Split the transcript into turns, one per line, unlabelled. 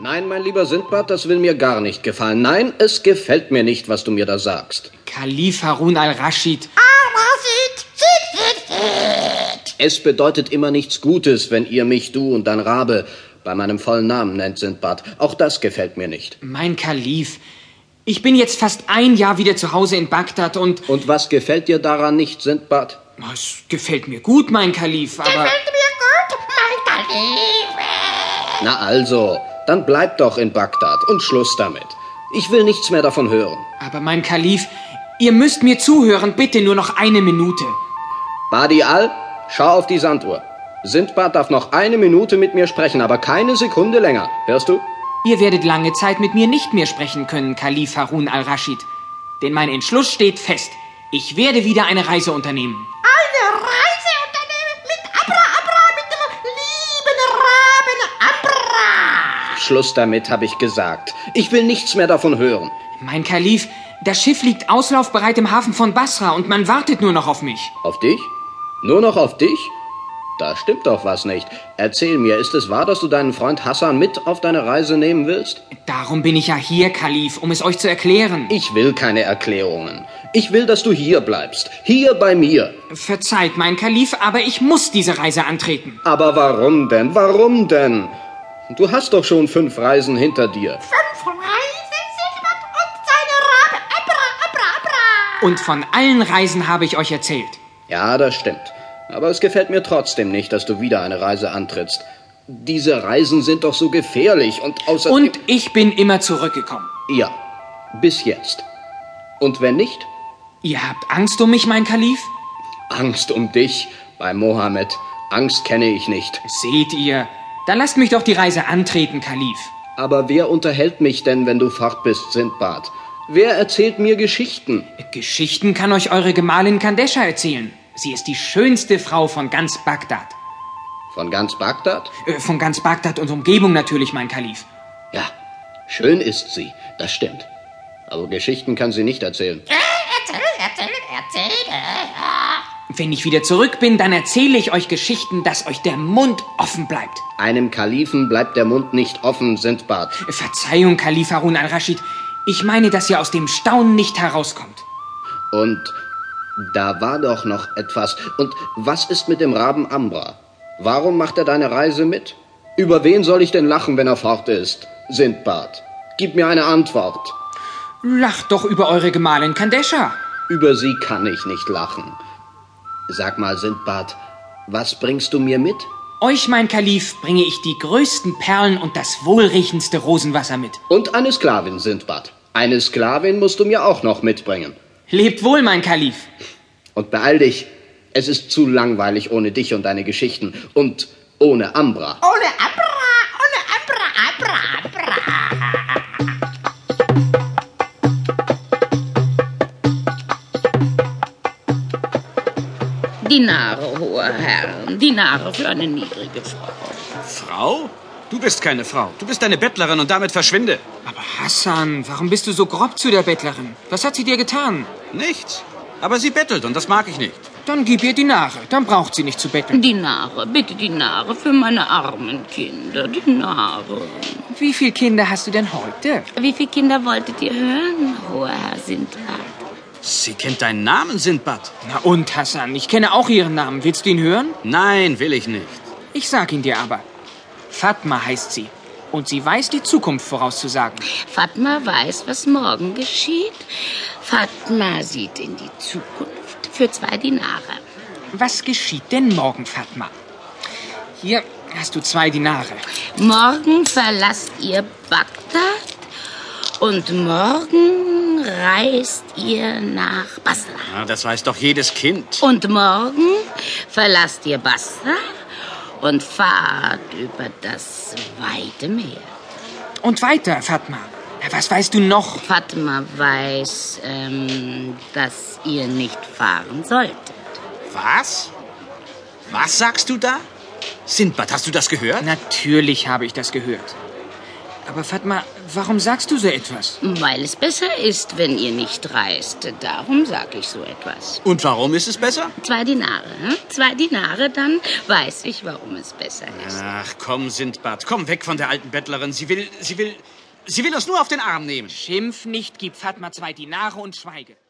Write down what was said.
Nein, mein lieber Sindbad, das will mir gar nicht gefallen. Nein, es gefällt mir nicht, was du mir da sagst.
Kalif Harun al-Rashid.
Ah,
Es bedeutet immer nichts Gutes, wenn ihr mich, du und dein Rabe, bei meinem vollen Namen nennt, Sindbad. Auch das gefällt mir nicht.
Mein Kalif, ich bin jetzt fast ein Jahr wieder zu Hause in Bagdad und...
Und was gefällt dir daran nicht, Sindbad?
Es gefällt mir gut, mein Kalif, aber...
Gefällt mir gut, mein Kalif.
Na also, dann bleib doch in Bagdad und Schluss damit. Ich will nichts mehr davon hören.
Aber mein Kalif, ihr müsst mir zuhören, bitte nur noch eine Minute.
Badi Al, schau auf die Sanduhr. Sindbad darf noch eine Minute mit mir sprechen, aber keine Sekunde länger. Hörst du?
Ihr werdet lange Zeit mit mir nicht mehr sprechen können, Kalif Harun al-Rashid. Denn mein Entschluss steht fest. Ich werde wieder eine Reise unternehmen.
Eine Reise unternehmen mit Abra, Abra, mit dem lieben Raben Abra.
Schluss damit, habe ich gesagt. Ich will nichts mehr davon hören.
Mein Kalif, das Schiff liegt auslaufbereit im Hafen von Basra und man wartet nur noch auf mich.
Auf dich? Nur noch auf dich? Da stimmt doch was nicht. Erzähl mir, ist es wahr, dass du deinen Freund Hassan mit auf deine Reise nehmen willst?
Darum bin ich ja hier, Kalif, um es euch zu erklären.
Ich will keine Erklärungen. Ich will, dass du hier bleibst. Hier bei mir.
Verzeiht, mein Kalif, aber ich muss diese Reise antreten.
Aber warum denn? Warum denn? Du hast doch schon fünf Reisen hinter dir.
Fünf Reisen, Sigmund und seine Rabe. Abra, abra, abra.
Und von allen Reisen habe ich euch erzählt.
Ja, das stimmt. Aber es gefällt mir trotzdem nicht, dass du wieder eine Reise antrittst. Diese Reisen sind doch so gefährlich und außer...
Und ich bin immer zurückgekommen.
Ja, bis jetzt. Und wenn nicht?
Ihr habt Angst um mich, mein Kalif?
Angst um dich, bei Mohammed. Angst kenne ich nicht.
Seht ihr, dann lasst mich doch die Reise antreten, Kalif.
Aber wer unterhält mich denn, wenn du fort bist, Sindbad? Wer erzählt mir Geschichten?
Geschichten kann euch eure Gemahlin Kandesha erzählen. Sie ist die schönste Frau von ganz Bagdad.
Von ganz Bagdad?
Äh, von ganz Bagdad und Umgebung natürlich, mein Kalif.
Ja, schön ist sie, das stimmt. Aber Geschichten kann sie nicht erzählen.
Ja, erzähl, erzähl, erzähl.
Wenn ich wieder zurück bin, dann erzähle ich euch Geschichten, dass euch der Mund offen bleibt.
Einem Kalifen bleibt der Mund nicht offen, Sindbad.
Verzeihung, Kalif Harun al-Rashid. Ich meine, dass ihr aus dem Staunen nicht herauskommt.
Und da war doch noch etwas. Und was ist mit dem Raben Ambra? Warum macht er deine Reise mit? Über wen soll ich denn lachen, wenn er fort ist? Sindbad, gib mir eine Antwort.
Lacht doch über eure Gemahlin Kandesha.
Über sie kann ich nicht lachen. Sag mal, Sindbad, was bringst du mir mit?
Euch, mein Kalif, bringe ich die größten Perlen und das wohlriechendste Rosenwasser mit.
Und eine Sklavin, Sindbad. Eine Sklavin musst du mir auch noch mitbringen.
Lebt wohl, mein Kalif.
Und beeil dich. Es ist zu langweilig ohne dich und deine Geschichten. Und ohne Ambra.
Ohne Abra, ohne Abra, Abra, Abra.
Dinare, hoher Herr. Dinare für eine niedrige Frau.
Frau? Du bist keine Frau. Du bist eine Bettlerin und damit verschwinde.
Aber Hassan, warum bist du so grob zu der Bettlerin? Was hat sie dir getan?
Nichts. Aber sie bettelt und das mag ich nicht.
Dann gib ihr Dinare. Dann braucht sie nicht zu betteln.
Dinare, bitte Dinare für meine armen Kinder. Dinare.
Wie viele Kinder hast du denn heute?
Wie viele Kinder wolltet ihr hören, hoher Herr Sindbad?
Sie kennt deinen Namen, Sindbad.
Na und, Hassan, ich kenne auch ihren Namen. Willst du ihn hören?
Nein, will ich nicht.
Ich sag ihn dir aber. Fatma heißt sie. Und sie weiß, die Zukunft vorauszusagen.
Fatma weiß, was morgen geschieht. Fatma sieht in die Zukunft für zwei Dinare.
Was geschieht denn morgen, Fatma? Hier hast du zwei Dinare.
Morgen verlasst ihr Bagdad und morgen reist ihr nach Basra.
Na, Ah, das weiß doch jedes Kind.
Und morgen verlasst ihr Basra und fahrt über das weite Meer.
Und weiter, Fatma. Was weißt du noch?
Fatma weiß, ähm, dass ihr nicht fahren solltet.
Was? Was sagst du da? Sindbad, hast du das gehört?
Natürlich habe ich das gehört. Aber Fatma, warum sagst du so etwas?
Weil es besser ist, wenn ihr nicht reist. Darum sage ich so etwas.
Und warum ist es besser?
Zwei Dinare, hm? zwei Dinare, dann weiß ich, warum es besser ist.
Ach, komm, Sindbad, komm weg von der alten Bettlerin. Sie will, sie will, sie will uns nur auf den Arm nehmen.
Schimpf nicht, gib Fatma zwei Dinare und schweige.